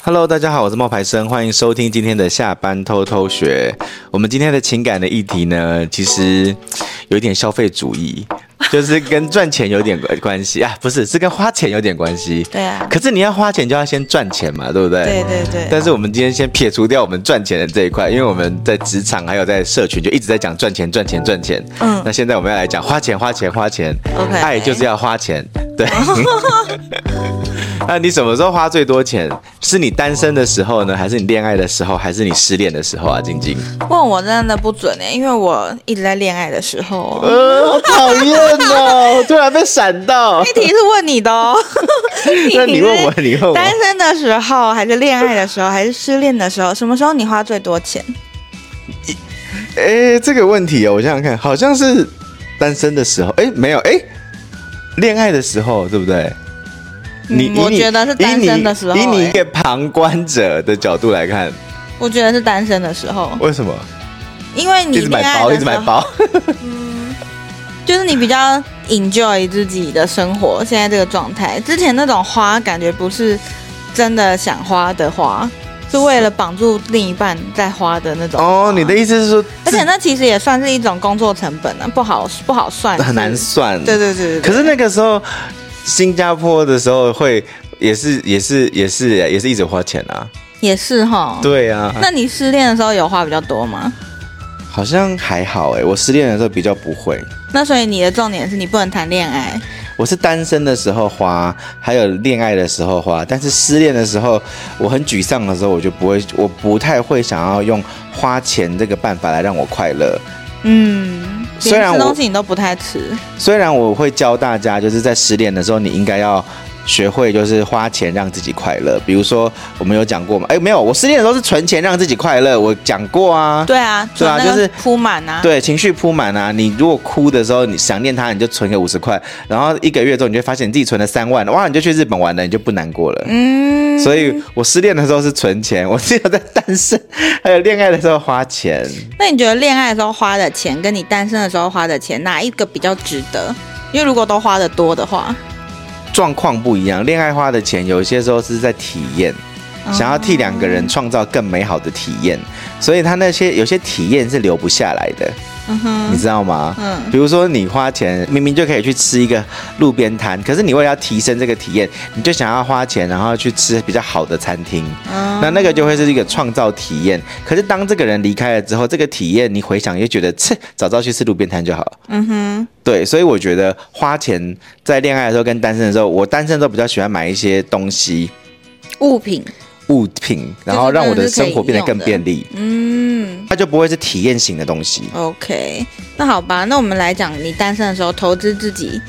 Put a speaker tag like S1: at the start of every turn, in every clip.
S1: Hello，大家好，我是冒牌生，欢迎收听今天的下班偷偷学。我们今天的情感的议题呢，其实有一点消费主义，就是跟赚钱有点关关系啊，不是，是跟花钱有点关系。
S2: 对啊
S1: 可是你要花钱就要先赚钱嘛，对不对？啊
S2: 对对对
S1: 但是我们今天先撇除掉我们赚钱的这一块，因为我们在职场还有在社群就一直在讲赚钱、赚钱、赚钱。嗯
S2: 嗯。
S1: 那现在我们要来讲花钱、花钱、花钱。
S2: OK
S1: 爱就是要花钱， 对。那你什么时候花最多钱？是你单身的时候呢，还是你恋爱的时候，还是你失恋的时候啊？晶晶，
S2: 问我真的不准呢、因为我一直在恋爱的时候，
S1: 呃， 好讨厌哦！突然被闪到
S2: 这题是问你的哦。
S1: 那你问我你问我
S2: 单身的时候，还是恋爱的时候，还是失恋的时候，什么时候你花最多钱？
S1: 哎、这个问题哦，我想想看，好像是单身的时候，哎、没有，哎、恋爱的时候，对不对？以
S2: 嗯我觉得是单身的时候
S1: 以你以你一
S2: 哎
S1: 个旁观者的角度来看，
S2: 我觉得是单身的时候，
S1: 为什么
S2: 因为你
S1: 一直买
S2: 恋爱
S1: 包，一
S2: 的
S1: 直
S2: 时
S1: 买
S2: 候，
S1: 包？
S2: 就是你比较 enjoy 自己的生活，现在这个状态，之前那种花感觉不是真的想花的花，是为了绑住另一半在花的那种花。
S1: 哦，你的意思是说，
S2: 而且那其实也算是一种工作成本啊，不好不好算，
S1: 这很难
S2: 是。
S1: 算，
S2: 对对对对
S1: 可
S2: 对，
S1: 是那个时候，新加坡的时候会也是也是也是也是一直花钱啊。
S2: 也是哈。。
S1: 对啊，
S2: 那你失恋的时候有花比较多吗？
S1: 好像还好哎、我失恋的时候比较不会。
S2: 那所以你的重点是你不能谈恋爱，
S1: 我是单身的时候花，还有恋爱的时候花，但是失恋的时候，我很沮丧的时候，我就不会，我不太会想要用花钱这个办法来让我快乐。
S2: 嗯，
S1: 虽然
S2: 连吃
S1: 我
S2: 东西你都不太吃，
S1: 虽然我会教大家，就是在失恋的时候，你应该要学会就是花钱让自己快乐。比如说，我们有讲过嘛？哎，没有，我失恋的时候是存钱让自己快乐，我讲过啊。
S2: 对啊，
S1: 对啊
S2: 那个
S1: 就是
S2: 铺满啊，，
S1: 对，情绪铺满啊！你如果哭的时候，你想念他，你就存个五十块，然后一个月之后，你就会发现你自己存了三万，哇，你就去日本玩了，你就不难过了。
S2: 嗯，
S1: 所以我失恋的时候是存钱，我只有在单身还有恋爱的时候花钱。
S2: 那你觉得恋爱的时候花的钱跟你单身的时候花的钱哪一个比较值得？因为如果都花的多的话，
S1: 状况不一样，恋爱花的钱有些时候是在体验，
S2: 哦
S1: 想要替两个人创造更美好的体验，所以他那些有些体验是留不下来的，
S2: 嗯
S1: 你
S2: 哼，
S1: 知道吗？
S2: 嗯
S1: 比如说你花钱明明就可以去吃一个路边摊，可是你为了要提升这个体验，你就想要花钱，然后去吃比较好的餐厅。
S2: 嗯
S1: 那那个就会是一个创造体验，可是当这个人离开了之后，这个体验你回想又觉得，切，早知道去吃路边摊就好了。
S2: 嗯哼，
S1: 对，所以我觉得花钱在恋爱的时候跟单身的时候，我单身的时候比较喜欢买一些东西
S2: 物品，
S1: 物品，然后让我的生活变得更便利，
S2: 嗯。
S1: 它就不会是体验型的东西。
S2: OK，那好吧，那我们来讲你单身的时候投资自己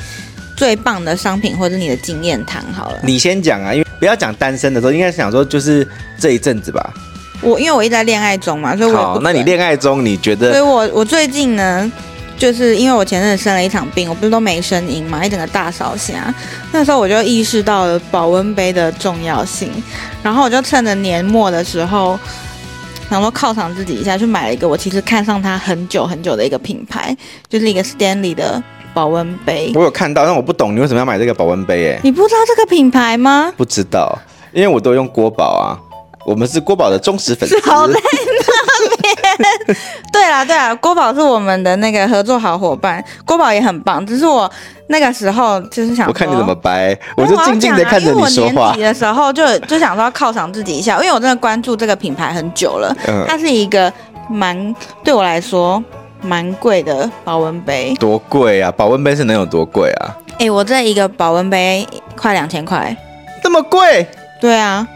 S2: 最棒的商品或者你的经验谈好了。
S1: 你先讲啊，因为不要讲单身的时候，应该是想说就是这一阵子吧。
S2: 我因为我一直在恋爱中嘛，所以我也不
S1: 好，那你
S2: 准，
S1: 恋爱中你觉
S2: 所以
S1: 得
S2: 我我最近呢，就是因为我前阵子生了一场病，我不是都没声音嘛，一整个大烧瞎。那时候我就意识到了保温杯的重要性，然后我就趁着年末的时候。想说犒赏自己一下，去买了一个我其实看上它很久很久的一个品牌，就是一个 Stanley 的保温杯。
S1: 我有看到，但我不懂你为什么要买这个保温杯、欸？哎，
S2: 你不知道这个品牌吗？
S1: 不知道，因为我都用锅宝啊，我们是锅宝的忠实粉丝。
S2: 好嘞对啦，对啦，郭宝是我们的那个合作好伙伴，郭宝也很棒。只是我那个时候就是想，
S1: 我看你怎么。掰，哎我就
S2: 要
S1: 静静的
S2: 讲啊
S1: 看着你说
S2: 因为我
S1: 话
S2: 年底。的时候就就想说要犒赏自己一下，因为我真的关注这个品牌很久了。
S1: 嗯，
S2: 它是一个蛮对我来说蛮贵的保温杯，
S1: 多贵啊！保温杯是能有多贵啊？
S2: 哎，我这一个保温杯快两千块。
S1: 这么贵，
S2: 对啊，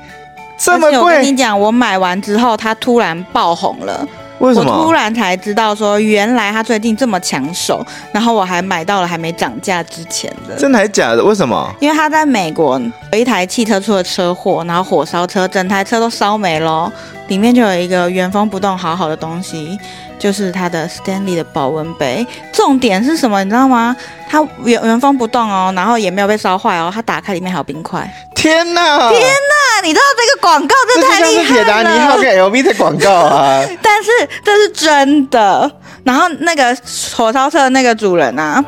S1: 这么
S2: 而且我跟
S1: 贵
S2: 你，讲，我买完之后它突然爆红了。
S1: 为什
S2: 我突
S1: 么？
S2: 然才知道说，原来他最近这么抢手，然后我还买到了还没涨价之前的。
S1: 真的还假的？为什么？
S2: 因为他在美国有一台汽车出了车祸，然后火烧车，整台车都烧没喽。里面就有一个原封不动好好的东西，就是他的 Stanley 的保温杯。重点是什么，你知道吗？它原原封不动哦，然后也没有被烧坏哦。它打开里面还有冰块。
S1: 啊天哪！
S2: 天哪！你知道这个广告真
S1: 这
S2: 的
S1: 就
S2: 太
S1: 像
S2: 厉
S1: 是
S2: 害了。
S1: 铁达尼号跟 LV 的广告 啊！
S2: 但是这是真的。然后那个火烧车的那个主人啊，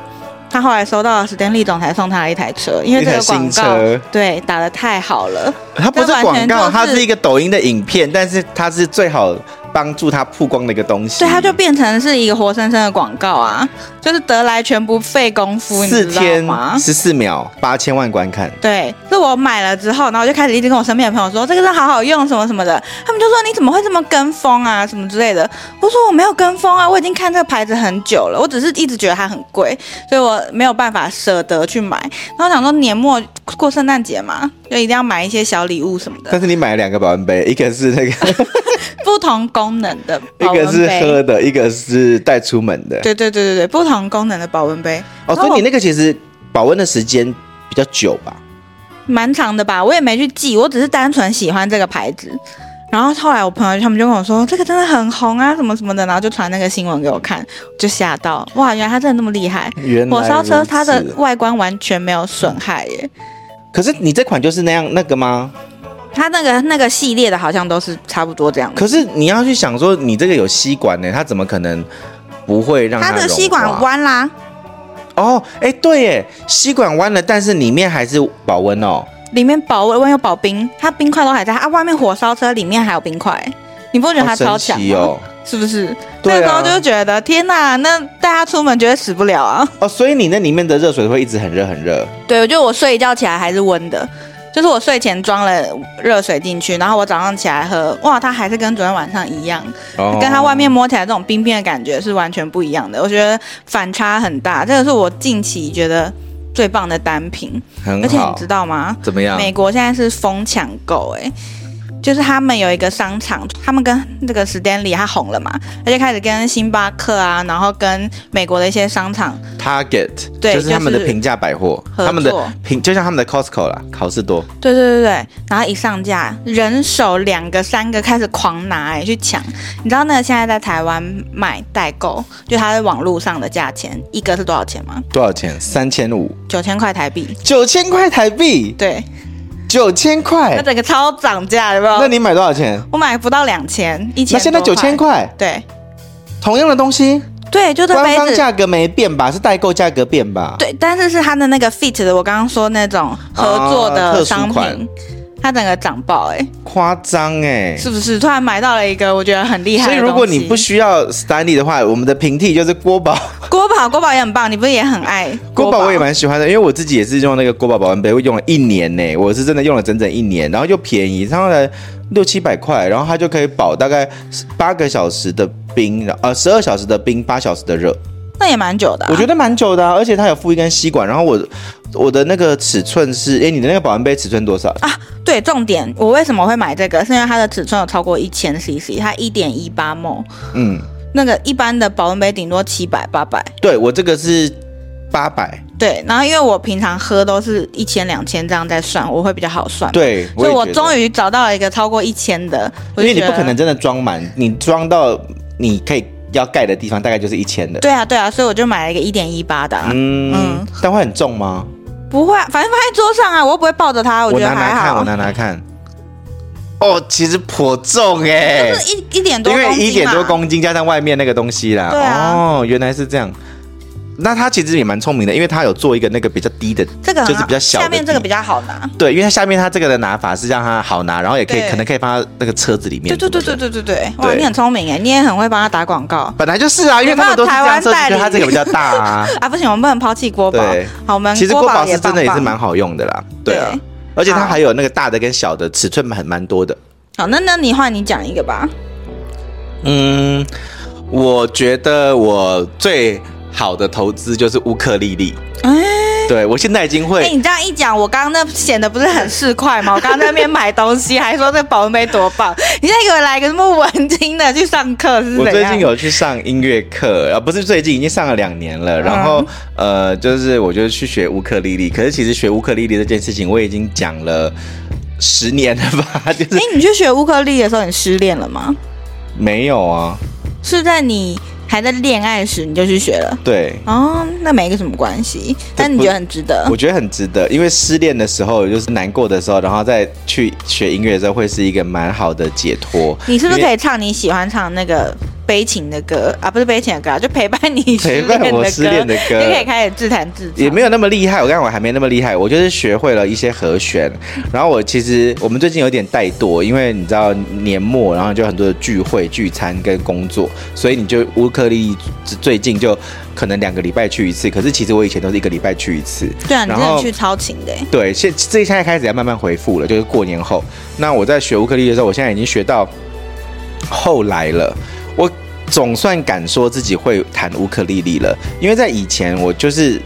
S2: 他后来收到了史丹利总裁送他的一台车，因为这
S1: 一
S2: 个
S1: 台
S2: 广
S1: 新
S2: 告
S1: 车
S2: 对打的太好了。
S1: 它不是广
S2: 这完全就
S1: 告，
S2: 是
S1: 它是一个抖音的影片，但是它是最好帮助它曝光的一个东西。
S2: 所以它就变成是一个活生生的广告啊，就是得来全不费功夫，你
S1: 四
S2: 知道
S1: 天
S2: 吗？
S1: 十四秒八千万观看，
S2: 对，是我买了之后，然后我就开始一直跟我身边的朋友说这个真的好好用什么什么的，他们就说你怎么会这么跟风啊什么之类的。我说我没有跟风啊，我已经看这个牌子很久了，我只是一直觉得它很贵，所以我没有办法舍得去买。然后想说年末过圣诞节嘛，就一定要买一些小礼物什么的，
S1: 但是你买了两个保温杯，一 个是那 个，
S2: 不同功能的
S1: 一
S2: 保
S1: 个
S2: 温
S1: 是
S2: 杯。
S1: 喝的，一个是带出门的。
S2: 对对对对对，不同功能的保温杯。
S1: 哦，所以你那个其实保温的时间比较久吧？
S2: 蛮长的吧，我也没去记，我只是单纯喜欢这个牌子。然后后来我朋友他们就跟我说，这个真的很红啊，什么什么的，然后就传那个新闻给我看，就吓到，哇，原来它真的那么厉害！
S1: 原来
S2: 火烧车它的
S1: 如此
S2: 外观完全没有损害耶，
S1: 可是你这款就是那样那个吗？
S2: 它那个那个系列的好像都是差不多这样的。
S1: 可是你要去想说，你这个有吸管呢、它怎么可能不会让
S2: 它
S1: 它
S2: 的
S1: 融
S2: 吸管
S1: 化
S2: 弯啊啦，
S1: 哦，哎、对耶，吸管弯了，但是里面还是保温哦。
S2: 里面保温有保冰，它冰块都还在，啊，外面火烧车里面还有冰块，你不觉得它
S1: 好神
S2: 超强
S1: 奇
S2: 吗？
S1: 哦！
S2: 是不是？
S1: 对啊
S2: 那时候就觉得天哪，那大家出门绝对死不了啊！
S1: 哦，所以你那里面的热水会一直很热很热。
S2: 对，我觉得我睡一觉起来还是温的，就是我睡前装了热水进去，然后我早上起来喝，哇，它还是跟昨天晚上一样，
S1: 哦
S2: 跟它外面摸起来这种冰冰的感觉是完全不一样的。我觉得反差很大，这个是我近期觉得最棒的单品。
S1: 很
S2: 而且你
S1: 好
S2: 知，道吗？
S1: 怎么样？
S2: 美国现在是疯抢购，哎，就是他们有一个商场，他们跟这个 Stanley 他红了嘛，他就开始跟星巴克啊，然后跟美国的一些商场
S1: Target，
S2: 对
S1: 就是他们的
S2: 就是
S1: 平价百货，
S2: 合
S1: 他们的
S2: 作
S1: 平就像他们的 Costco 啦，考士多。
S2: 对对对对，然后一上架，人手两个三个开始狂拿哎、去抢。你知道那个现在在台湾买代购，就它在网络上的价钱，一个是多少钱吗？
S1: 多少钱？三千五，
S2: 九千块台币。
S1: 九千块台币，
S2: 对，
S1: 九千
S2: 那
S1: 块。
S2: 整个超涨价，有没有？
S1: 那你买多少钱？
S2: 我买不到两千，一千。
S1: 那现在九千。块，
S2: 对
S1: 同样的东西，
S2: 对，就这
S1: 官
S2: 杯
S1: 方
S2: 子。
S1: 价格没变吧？是代购价格变吧？
S2: 对，但是是它的那个 fit 的，我刚刚说那种合作
S1: 啊特殊
S2: 的商品，
S1: 款
S2: 它整个涨爆哎、
S1: 夸张哎。
S2: 是不是？突然买到了一个我觉得很厉害的
S1: 所以如果你
S2: 东西
S1: 不需要 Stanley 的话，我们的平替就是锅 宝，
S2: 国宝，国宝也很棒，你不是也很爱
S1: 锅宝我也蛮喜欢的，因为我自己也是用那个锅宝保温杯，我用了一年呢，我是真的用了整整一年，然后又便宜，它才六七百块，然后它就可以保大概八个小时的冰，然后呃十二小时的冰，八小时的热，
S2: 那也蛮久的啊、
S1: 我觉得蛮久的、啊，而且它有附一根吸管，然后我我的那个尺寸是，哎，你的那个保温杯尺寸多少？
S2: 啊对，重点我为什么会买这个，是因为它的尺寸有超过一千 CC，它一点一八 m
S1: 嗯，
S2: 那个一般的保温杯顶多七百八百。
S1: 对我这个是八百，
S2: 对，然后因为我平常喝都是一千两千这样在算，我会比较好算。，
S1: 对，
S2: 所以
S1: 也
S2: 我
S1: 觉得
S2: 终于找到了一个超过一千的，我
S1: 因为
S2: 就
S1: 你
S2: 觉
S1: 不
S2: 得
S1: 可能。真的装满，你装到你可以要盖的地方大概就是一千的。
S2: 对啊，对啊，所以我就买了一个一点一八的啊、
S1: 嗯，
S2: 嗯
S1: 但会很重吗？
S2: 不会啊，反正放在桌上啊，我又不会抱着它，觉得
S1: 拿
S2: 还
S1: 拿看，
S2: 好
S1: 我。拿拿看。哦，其实颇重哎、
S2: 就是一一点多
S1: 因
S2: 公
S1: 为
S2: 斤嘛，
S1: 一点多公斤加上外面那个东西啦。
S2: 对啊
S1: 哦，原来是这样。那它其实也蛮聪明的，因为它有做一个那个比较低的，
S2: 这个很
S1: 就是
S2: 好
S1: 比较小的
S2: 下面这个
S1: 底
S2: 比较好拿。
S1: 对，因为它下面它这个的拿法是让它好拿，然后也可以
S2: 对
S1: 可能可以放到那个车子里面。
S2: 对对对对
S1: 不。
S2: 对对对，哇，
S1: 对
S2: 你很聪明哎，你也很会帮他打广告。
S1: 本来就是啊，因为他们都是这样设计，所以它这个比较大 啊。
S2: 啊，不行，我们不能抛弃锅宝
S1: 对。
S2: 好，我们
S1: 其实
S2: 锅
S1: 锅
S2: 宝
S1: 宝是真的也
S2: 棒
S1: 是
S2: 棒
S1: 蛮好用的啦，对啊
S2: 对，
S1: 而且它
S2: 好
S1: 还有那个大的跟小的尺寸很蛮多的。
S2: 好。那那你换你讲一个吧。
S1: 嗯，我觉得我最好的投资就是乌克丽丽，
S2: 哎，
S1: 对我现在已经
S2: 哎，
S1: 会。
S2: 你这样一讲，我刚刚那显得不是很市侩吗？我刚刚在那边买东西，还说这保温杯多棒， 你现在给我来个什么文青的去上课是
S1: 我
S2: 怎
S1: 最近
S2: 样？
S1: 有去上音乐课，啊，不是最近，已经上了两年
S2: 嗯
S1: 了。然后，呃，就是我就去学乌克丽丽。可是其实学乌克丽丽这件事情，我已经讲了十年了吧？ 就
S2: 哎
S1: 是，
S2: 你去学乌克丽的时候，你失恋了吗？
S1: 没有啊，
S2: 是在你还在恋爱时你就去学了？
S1: 对。
S2: 哦，那没个什么关系，但你觉得很值得
S1: 我？觉得很值得，因为失恋的时候，就是难过的时候，然后再去学音乐的时候，会是一个蛮好的解脱。
S2: 你是不是
S1: 因为
S2: 可以唱你喜欢唱那个悲情的歌啊，不是悲情的歌啊，就陪伴你
S1: 陪伴我失恋的歌
S2: 就可以开始自弹自唱。
S1: 也没有那么厉害，我刚刚我还没那么厉害，我就是学会了一些和弦。然后我其实我们最近有点怠惰，因为你知道年末，然后就很多的聚会、聚餐跟工作，所以你就乌克丽最近就可能两个礼拜去一次，可是其实我以前都是一个礼拜去一次。
S2: 对啊，你
S1: 然
S2: 真
S1: 后
S2: 的去超勤的欸，
S1: 对，现这现在开始要慢慢回复了，就是过年后。那我在学乌克丽的时候，我现在已经学到后来了，我总算敢说自己会弹乌克丽丽了，因为在以前我就是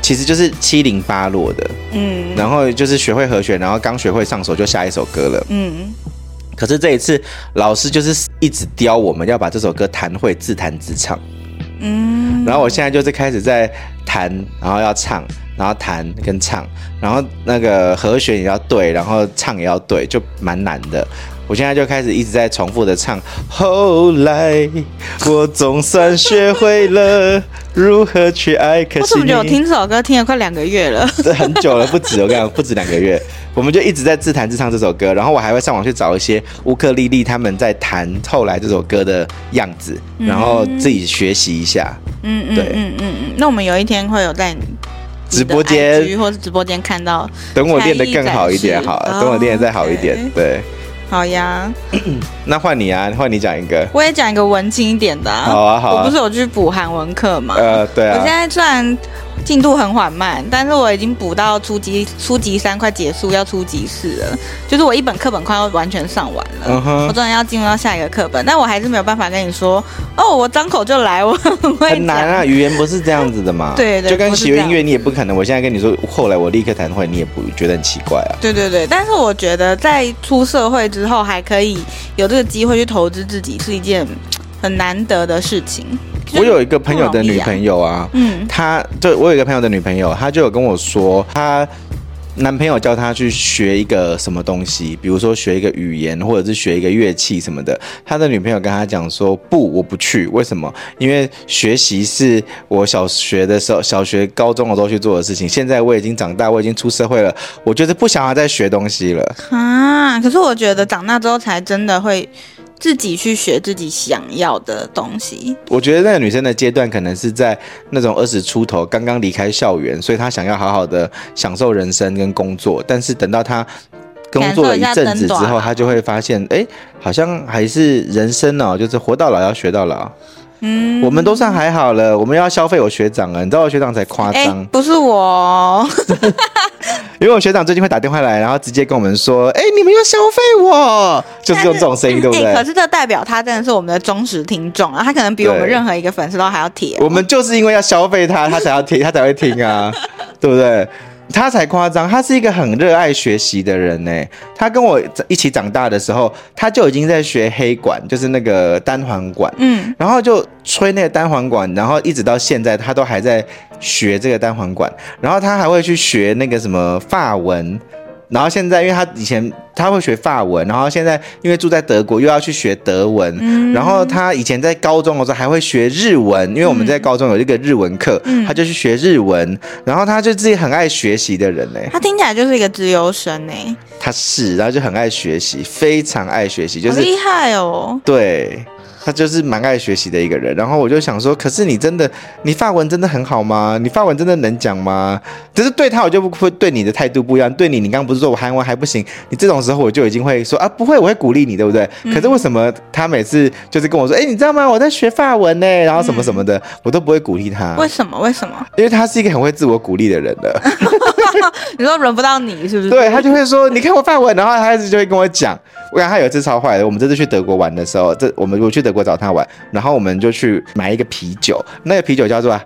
S1: 其实就是七零八落的，
S2: 嗯
S1: 然后就是学会和弦，然后刚学会上手就下一首歌了。
S2: 嗯，
S1: 可是这一次老师就是一直刁我们要把这首歌弹会，自弹自唱。
S2: 嗯，
S1: 然后我现在就是开始在弹，然后要唱，然后弹跟唱，然后那个和弦也要对，然后唱也要对，就蛮难的。我现在就开始一直在重复的唱。后来我总算学会了如何去爱，可
S2: 我
S1: 是
S2: 怎么
S1: 你
S2: 觉得我听这首歌听了快两个月了？
S1: 这很久了，不止我跟你讲，不止两个月，我们就一直在自弹自唱这首歌，然后我还会上网去找一些乌克丽丽他们在弹后来这首歌的样子，然后自己学习一下。
S2: 嗯 嗯
S1: 对
S2: 嗯嗯嗯，那我们有一天会有在你
S1: 直播间
S2: 你的 IG 或是直播间看到，
S1: 等我练得更好一点，
S2: 才艺展示
S1: 好了，
S2: 哦
S1: 等我练得再好一点。
S2: OK
S1: 对，
S2: 好呀。
S1: 那换你啊，换你讲一个。
S2: 我也讲一个文静一点的、啊
S1: 好啊好啊
S2: 我不是有去补韩文课嘛？
S1: 呃，对
S2: 我现
S1: 啊，
S2: 在虽然进度很缓慢，但是我已经补到初级初级三快结束，要初级四了，就是我一本课本快要完全上完了。
S1: 嗯
S2: 我
S1: 哼，
S2: 终于要进入到下一个课本，但我还是没有办法跟你说哦，我张口就来，我 很会
S1: 很
S2: 讲。
S1: 难啊，语言不是这样子的嘛。
S2: 对对
S1: 就跟
S2: 不是
S1: 学
S2: 这样
S1: 音乐，你也不可能。我现在跟你说，后来我立刻弹会，你也不觉得很奇怪啊。
S2: 对对对，但是我觉得在出社会之后，还可以有这个机会去投资自己，是一件很难得的事情。
S1: 我有一个朋友的女
S2: 友，
S1: 朋友啊，
S2: 嗯
S1: 她就我有一个朋友的女朋友，她就有跟我说，她男朋友叫她去学一个什么东西，比如说学一个语言，或者是学一个乐器什么的。她的女朋友跟她讲说，不，我不去，为什么？因为学习是我小学的时候、小学、高中我都去做的事情，现在我已经长大，我已经出社会了，我就是不想要再学东西了。
S2: 啊，可是我觉得长大之后才真的会自己去学自己想要的东西。
S1: 我觉得那个女生的阶段可能是在那种二十出头，刚刚离开校园，所以她想要好好的享受人生跟工作。但是等到她工作了一阵子之
S2: 感受一下
S1: 后，
S2: 灯
S1: 她就会发现，哎，好像还是人生哦，就是活到老要学到老。
S2: 嗯，
S1: 我们都算还好了，我们要消费我学长了，你知道我学长才夸
S2: 哎
S1: 张，，
S2: 不是我哦，
S1: 因为我学长最近会打电话来，然后直接跟我们说，哎，你们要消费我， 就是用这种声音，对不
S2: 哎可
S1: 对？
S2: 是这代表他真的是我们的忠实听众啊，他可能比我们
S1: 对
S2: 任何一个粉丝都还要铁哦。
S1: 我们就是因为要消费他，他才要听，他才会听啊，对不对？他才夸张，他是一个很热爱学习的人呢。他跟我一起长大的时候，他就已经在学黑管，就是那个单簧管，
S2: 嗯，
S1: 然后就吹那个单簧管，然后一直到现在，他都还在学这个单簧管，然后他还会去学那个什么法文。然后现在，因为他以前他会学法文，然后现在因为住在德国，又要去学德文。然后他以前在高中的时候还会学日文，因为我们在高中有一个日文课，他就去学日文。然后他就自己很爱学习的人呢，
S2: 他听起来就是一个资优生哎、
S1: 他是，然后就很爱学习，非常爱学习，就是
S2: 好厉害哦。
S1: 对他就是蛮爱学习的一个人。然后我就想说，可是你真的，你法文真的很好吗？你法文真的能讲吗？只是对他，我就不会对你的态度不一样。对你，你刚刚不是说我韩文还不行？你这种时候我就已经会说啊，不会，我会鼓励你，对不对？
S2: 嗯
S1: 可是为什么他每次就是跟我说，哎、你知道吗？我在学法文呢，然后什么什么的，我都不会鼓励他，
S2: 嗯为什么？为什么？
S1: 因为他是一个很会自我鼓励的人的。
S2: 你说轮不到你 是不是？
S1: 对他就会说，你看我范文，然后他一直就会跟我讲。我感觉他有一次超坏的，我们这次去德国玩的时候，这我们我去德国找他玩，然后我们就去买一个啤酒，那个啤酒叫做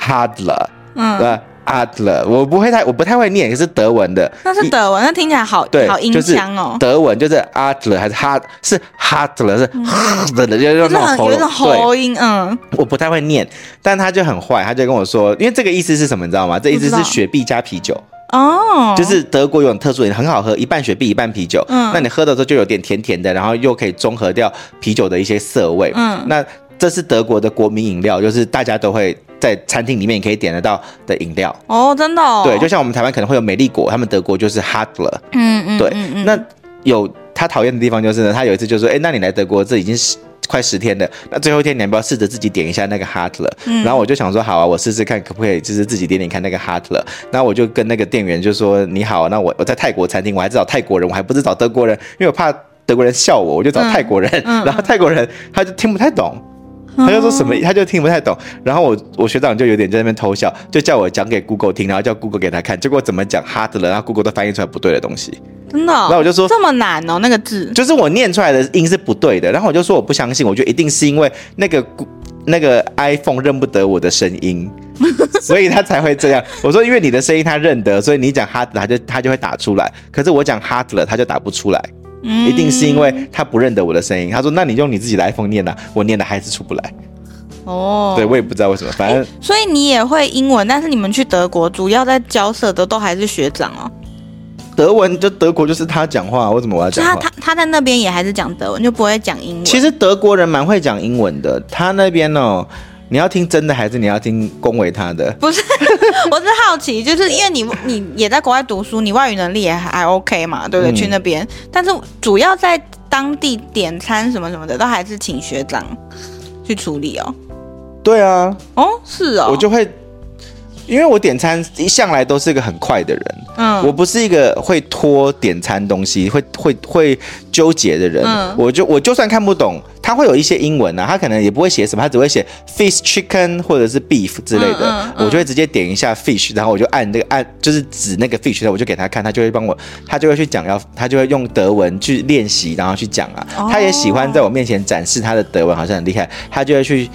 S1: Hadler，
S2: 嗯，
S1: 呃 Adler，我不会太我不太会念，可是德文的，
S2: 那是德文，那听起来好
S1: 对
S2: 好，音
S1: 就是
S2: 箱哦。
S1: 德文就是 Adler 还是 Had 是 Hadler 是 Hadler，就是
S2: 就
S1: 那
S2: 是
S1: 种
S2: 很
S1: 喉
S2: 嗯有一种
S1: 咙对。
S2: 喉音，嗯，
S1: 我不太会念，但他就很坏，他就跟我说，因为这个意思是什么，你知道吗？这意思
S2: 不知
S1: 是
S2: 道
S1: 雪碧加啤酒。
S2: 哦，
S1: 就是德国有很特殊饮料，很好喝，一半雪碧一半啤酒。
S2: 嗯
S1: 那你喝的时候就有点甜甜的，然后又可以中和掉啤酒的一些涩味。
S2: 嗯
S1: 那这是德国的国民饮料，就是大家都会在餐厅里面也可以点得到的饮料。
S2: 哦，真的、哦，
S1: 对，就像我们台湾可能会有美丽果，他们德国就是 Hadler。
S2: 嗯嗯，
S1: 对，
S2: 嗯嗯
S1: 那有他讨厌的地方就是呢，他有一次就说：“哎、那你来德国这已经是快十天的，那最后一天你要不要试着自己点一下那个 Hot 了？
S2: 嗯
S1: 然后我就想说，好啊，我试试看可不可以，就是自己点点看那个 Hot 了。那我就跟那个店员就说，你好，啊那我我在泰国餐厅，我还是找泰国人，我还不是找德国人，因为我怕德国人笑我，我就找泰国人。
S2: 嗯嗯
S1: 然后泰国人他就听不太懂。他就说什么，他就听不太懂。然后我我学长就有点在那边偷笑，就叫我讲给 Google 听，然后叫 Google 给他看。结果怎么讲哈德了，然后 Google 都翻译出来不对的东西，
S2: 真的哦、
S1: 那我就说
S2: 这么难哦，那个 字
S1: 就是我念出来的音是不对的。然后我就说我不相信，我觉得一定是因为那个 Gu- 那个 iPhone 认不得我的声音， 所以他才会这样。我说因为你的声音他认得，所以你讲哈德他就他就会打出来。可是我讲哈德了他就打不出来，
S2: 嗯
S1: 一定是因为他不认得我的声音。他说那你用你自己的 iPhone 念啊，我念的还是出不来。
S2: 哦。
S1: 对我也不知道为什么，反正。
S2: 所以你也会英文，但是你们去德国主要在交涉的都还是学长哦，
S1: 德文就德国就是他讲话，为什么我要
S2: 就
S1: 讲
S2: 哎
S1: 话
S2: 他他？他在那边也还是讲德文，就不会讲英文。
S1: 其实德国人蛮会讲英文的，他那边哦，你要听真的还是你要听恭维他的？
S2: 不是， 我是好奇，就是因为你你也在国外读书，你外语能力也还还 OK 嘛，对不对？
S1: 嗯
S2: 去那边，但是主要在当地点餐什么什么的，都还是请学长去处理哦。
S1: 对啊，
S2: 哦，是哦，
S1: 我就会，因为我点餐一向来都是一个很快的人，
S2: 嗯
S1: 我不是一个会拖点餐东西、会会会纠结的人。
S2: 嗯
S1: 我就我就算看不懂，他会有一些英文啊，他可能也不会写什么，他只会写 fish chicken 或者是 beef 之类的，
S2: 嗯嗯嗯
S1: 我就会直接点一下 fish，然后我就按那个按就是指那个 fish，然后我就给他看，他就会帮我，他就会去讲要，他就会用德文去练习，然后去讲啊。
S2: 哦
S1: 他也喜欢在我面前展示他的德文，好像很厉害，他就会去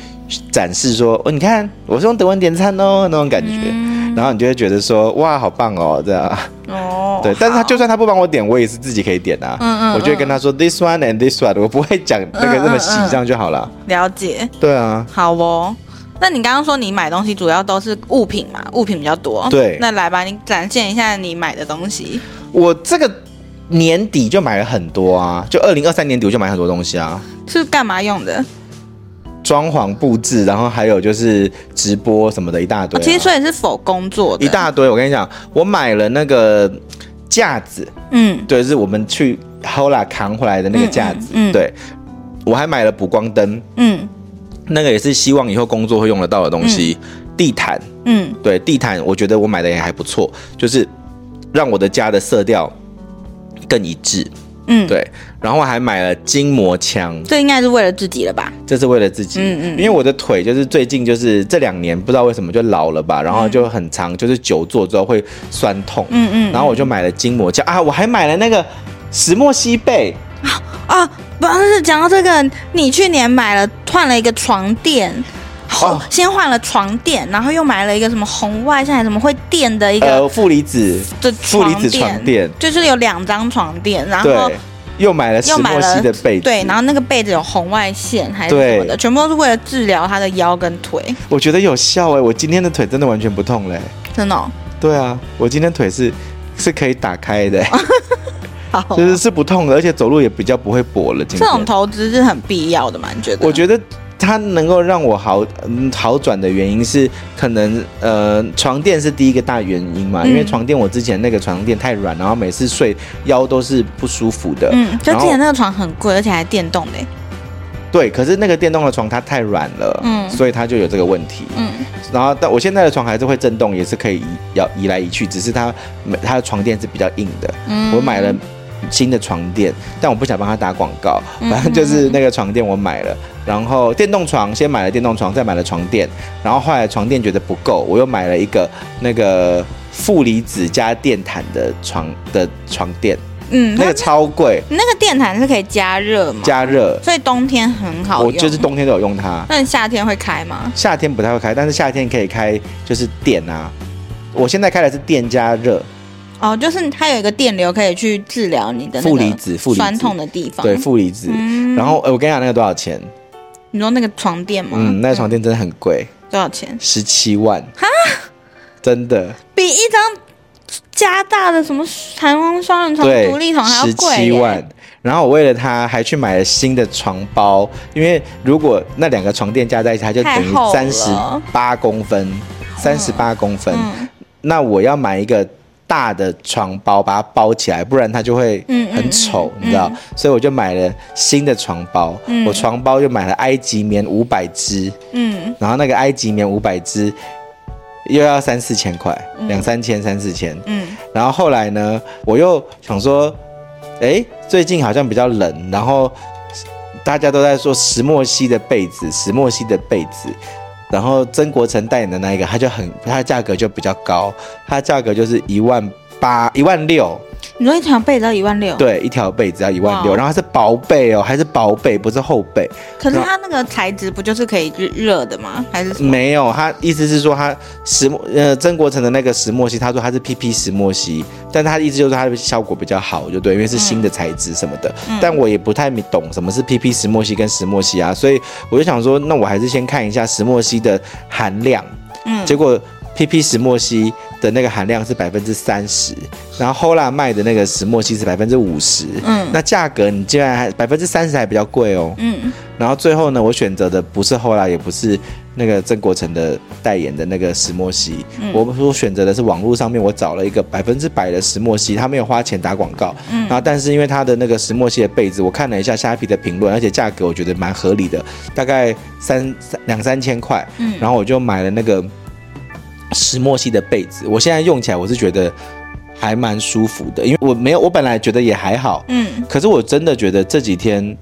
S1: 展示说，哦，你看我是用德文点餐哦，那种感觉。
S2: 嗯
S1: 然后你就会觉得说，哇，好棒哦，这样。
S2: 哦，
S1: 对，但是他
S2: 好
S1: 就算他不帮我点，我也是自己可以点啊。
S2: 嗯嗯
S1: 我就会跟他说 this one and this one，我不会讲那个那么细，
S2: 嗯嗯嗯嗯
S1: 这样就好了。
S2: 了解，
S1: 对啊，
S2: 好哦。那你刚刚说你买东西主要都是物品嘛，物品比较多。
S1: 对
S2: 那来吧，你展现一下你买的东西。
S1: 我这个年底就买了很多啊，就二零二三年底我就买很多东西啊，
S2: 是干嘛用的？
S1: 装潢布置，然后还有就是直播什么的一大堆啊、
S2: 哦其实所以是否工作的
S1: 一大堆。我跟你讲，我买了那个架子，
S2: 嗯
S1: 对，是我们去 Hola 扛回来的那个架子，
S2: 嗯嗯嗯
S1: 对。我还买了补光灯，
S2: 嗯
S1: 那个也是希望以后工作会用得到的东西。地毯，
S2: 嗯
S1: 对地毯，我觉得我买的也还不错，就是让我的家的色调更一致。
S2: 嗯，，
S1: 对，然后还买了筋膜枪，
S2: 这应该是为了自己了吧？
S1: 这是为了自己。
S2: 嗯嗯
S1: 因为我的腿就是最近就是这两年不知道为什么就老了吧，然后就很长，就是久坐之后会酸痛。
S2: 嗯嗯。
S1: 然后我就买了筋膜枪啊，我还买了那个石墨烯被。
S2: 啊，不是讲到这个，你去年买了换了一个床垫，
S1: 哦
S2: 哦，先换了床垫，然后又买了一个什么红外线还是什么会电的一个
S1: 呃，负离子，
S2: 的
S1: 负离子床垫，
S2: 就是有两张床垫，然
S1: 对
S2: 后，
S1: 又买了石
S2: 又买
S1: 墨烯
S2: 了
S1: 的被子。
S2: 对，然后那个被子有红外线还是什么的，
S1: 对
S2: 全部都是为了治疗他的腰跟腿，
S1: 我觉得有效哎、我今天的腿真的完全不痛嘞、
S2: 真的、哦。
S1: 对啊，我今天腿是是可以打开的、
S2: 哦好，
S1: 就是是不痛的，而且走路也比较不会跛了。今
S2: 这种
S1: 天
S2: 投资是很必要的嘛？你觉得？
S1: 我觉得它能够让我好嗯好转的原因是，可能呃床垫是第一个大原因嘛，
S2: 嗯
S1: 因为床垫我之前那个床垫太软，然后每次睡腰都是不舒服的。
S2: 嗯，就
S1: 然
S2: 之
S1: 后
S2: 前那个床很贵，而且还电动的欸。
S1: 对，可是那个电动的床它太软了，
S2: 嗯
S1: 所以它就有这个问题。
S2: 嗯
S1: 然后，但我现在的床还是会震动，也是可以移要移来移去，只是它它的床垫是比较硬的。
S2: 嗯，
S1: 我买了新的床垫，但我不想帮他打广告，
S2: 嗯
S1: 反正就是那个床垫我买了，然后电动床先买了电动床，再买了床垫，然后后来床垫觉得不够，我又买了一个那个负离子加电毯的床的床垫，
S2: 嗯，
S1: 那
S2: 那
S1: 个超贵，
S2: 那个电毯是可以加热嘛？
S1: 加热，
S2: 所以冬天很好
S1: 我
S2: 用。
S1: 就是冬天都有用它，
S2: 那你夏天会开吗？
S1: 夏天不太会开，但是夏天可以开就是电啊，我现在开的是电加热，
S2: 哦，就是它有一个电流可以去治疗你的那个
S1: 负离子负离子
S2: 酸痛的地方。
S1: 对，负离子。
S2: 嗯
S1: 然后，呃我跟你讲那个多少钱？
S2: 你说那个床垫吗？
S1: 嗯，那个床垫真的很贵。
S2: 多少钱？
S1: 十七万哈，真的
S2: 比一张加大的什么弹簧双人床、
S1: 对
S2: 独立床，还
S1: 十
S2: 要贵
S1: 七
S2: 耶。
S1: 万。然后我为了它还去买了新的床包，因为如果那两个床垫加在一起，它就等
S2: 太
S1: 于
S2: 厚
S1: 三十
S2: 了
S1: 八公分，三十八公分。
S2: 嗯
S1: 那我要买一个大的床包把它包起来，不然它就会
S2: 嗯嗯
S1: 很丑，你知道？所以我就买了新的床包，我床包就买了埃及棉五百只，
S2: 嗯，
S1: 然后那个埃及棉五百只又要三四千块，两三千三四千，
S2: 嗯，
S1: 然后后来呢，我又想说，哎，最近好像比较冷，然后大家都在说石墨烯的被子，石墨烯的被子。然后曾国成代言的那一个，它就很，它的价格就比较高，它价格就是一万八、一万六，
S2: 你说一床被子要一万六，，
S1: 对，一条被只要一万六，
S2: 哇
S1: 然后它是薄被哦，还是薄被，不是厚被，
S2: 可是它那个材质不就是可以热热的吗？还是什么？
S1: 没有，他意思是说他石墨呃曾国成的那个石墨烯，他说他是 PP 石墨烯，但他的意思就是它的效果比较好，就对，因为是新的材质什么的。
S2: 嗯
S1: 但我也不太懂什么是 PP 石墨烯跟石墨烯啊，所以我就想说，那我还是先看一下石墨烯的含量。
S2: 嗯
S1: 结果 PP 石墨烯的那个含量是百分之三十，然后 Hola 卖的那个石墨烯是百分之五十。
S2: 嗯
S1: 那价格你竟然还百分之三十还比较贵哦。
S2: 嗯
S1: 然后最后呢，我选择的不是后来，也不是那个郑国成的代言的那个石墨烯，我我选择的是网络上面我找了一个百分之百的石墨烯，他没有花钱打广告，然后但是因为它的那个石墨烯的被子，我看了一下虾皮的评论，而且价格我觉得蛮合理的，大概三三两三千块，然后我就买了那个石墨烯的被子，我现在用起来我是觉得还蛮舒服的，因为我没有，我本来觉得也还好，
S2: 嗯
S1: 可是我真的觉得这几天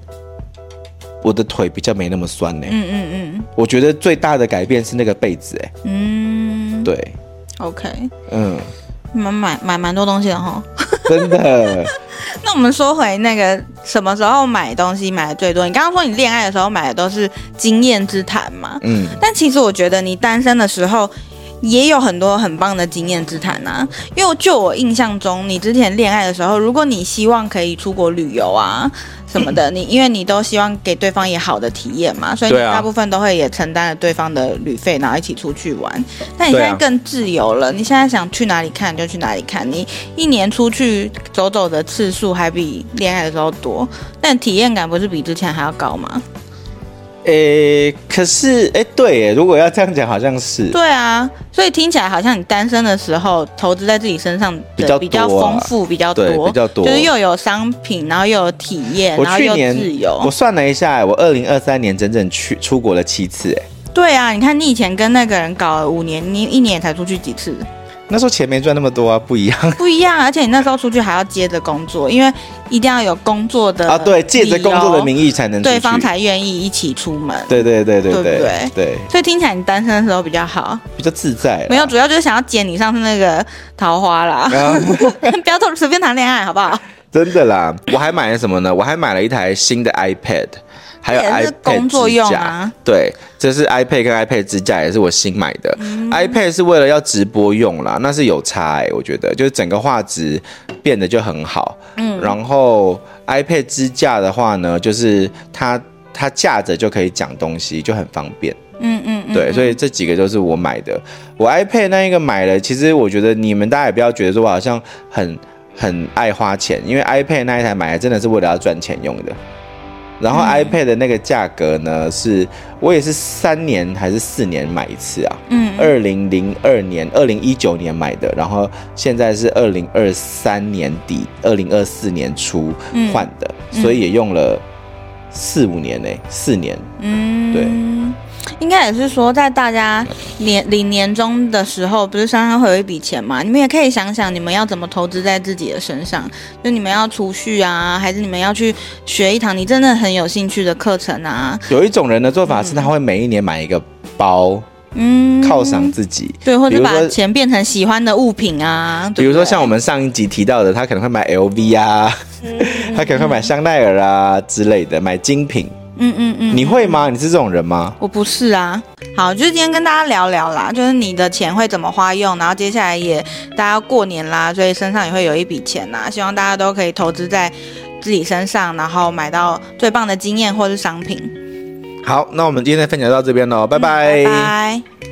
S1: 我的腿比较没那么酸呢、
S2: 嗯嗯
S1: 我觉得最大的改变是那个被子、哎，
S2: 嗯嗯
S1: 对，
S2: ，OK，
S1: 嗯，
S2: 你们买买蛮多东西的哈。
S1: 真的，
S2: 那我们说回那个什么时候买东西买的最多？你刚刚说你恋爱的时候买的都是经验之谈嘛？
S1: 嗯，
S2: 但其实我觉得你单身的时候也有很多很棒的经验之谈啊。因为就我印象中，你之前恋爱的时候，如果你希望可以出国旅游啊什么 的，你因为你都希望给对方也好的体验嘛，所以你
S1: 对啊
S2: 大部分都会也承担了对方的旅费，然后一起出去玩。但你
S1: 对
S2: 现在
S1: 啊
S2: 更自由了，你现在想去哪里看就去哪里看，你一年出去走走的次数还比恋爱的时候多，但体验感不是比之前还要高吗？
S1: 诶、可是，诶、对，哎，如果要这样讲，好像是，
S2: 对啊，所以听起来好像你单身的时候投资在自己身上的
S1: 比较多啊
S2: 比较丰富，比较
S1: 对
S2: 多，
S1: 比较多
S2: 就是又有商品，然后又有体验，
S1: 我
S2: 然后
S1: 去
S2: 又
S1: 年
S2: 自
S1: 我
S2: 由。
S1: 算了一下、哎我二零二三年整整去出国了七次、哎，
S2: 对啊，你看你以前跟那个人搞了五年，你一年也才出去 几次，
S1: 那时候钱没赚那么多啊，不一样
S2: 不一样啊。而且你那时候出去还要接着工作，因为一定要有工作 的
S1: 啊，对，借着工作的名
S2: 义，
S1: 义才能出去
S2: 呃对方，才愿意一起出门。
S1: 对对对对
S2: 对不
S1: 对
S2: 对所以听起来你单身的时候比较好，
S1: 比较自在啦，
S2: 没有，主要就是想要捡你上次那个桃 花啦，
S1: 啊。
S2: 不要随便谈恋爱，好不好？
S1: 真的啦，我还买了什么呢？我还买了一台新的 iPad，还有
S2: 这也
S1: iPad
S2: 是哎工作用
S1: 支架
S2: 啊。
S1: 对，这是 iPad 跟 iPad 支架，也是我新买的。iPad
S2: 嗯
S1: 是为了要直播用啦，那是有差、欸，我觉得就是整个画质变得就很好。嗯，然后 iPad 支架的话呢，就是它它架着就可以讲东西，就很方便。
S2: 嗯嗯嗯，
S1: 对，所以这几个都是我买的。我 iPad 那一个买了，其实我觉得你们大家也不要觉得说我好像很很爱花钱，因为 iPad 那一台买来真的是为了要赚钱用的。然后
S2: 嗯
S1: iPad 的那个价格呢，是我也是三年还是四年买一次啊？
S2: 嗯，
S1: 二零零二年、二零一九年买的，然后现在是二零二三年底、二零二四年初
S2: 嗯
S1: 换的，所以也用了四五年呢、四年。
S2: 嗯，
S1: 对。
S2: 应该也是说，在大家年领年终的时候，不是身上会有一笔钱嘛？你们也可以想想，你们要怎么投资在自己的身上，就你们要储蓄啊，还是你们要去学一堂你真的很有兴趣的课程啊？
S1: 有一种人的做法是，他会每一年买一个包
S2: 嗯，
S1: 犒赏自己，
S2: 对，或
S1: 比
S2: 者
S1: 如
S2: 把
S1: 说。
S2: 钱变成喜欢的物品啊，
S1: 比如说像我
S2: 们
S1: 们上一集提到的，他可能会买 LV 啊， 他可能会买香奈儿啊之类的，买精品。
S2: 嗯嗯嗯，
S1: 你会吗？你是这种人吗？
S2: 我不是啊。好，就是今天跟大家聊聊啦，就是你的钱会怎么花用，然后接下来也大家要过年啦，所以身上也会有一笔钱啦，希望大家都可以投资在自己身上，然后买到最棒的经验或是商品。嗯
S1: 好，那我们今天的分享就到这边喽，拜
S2: 拜拜。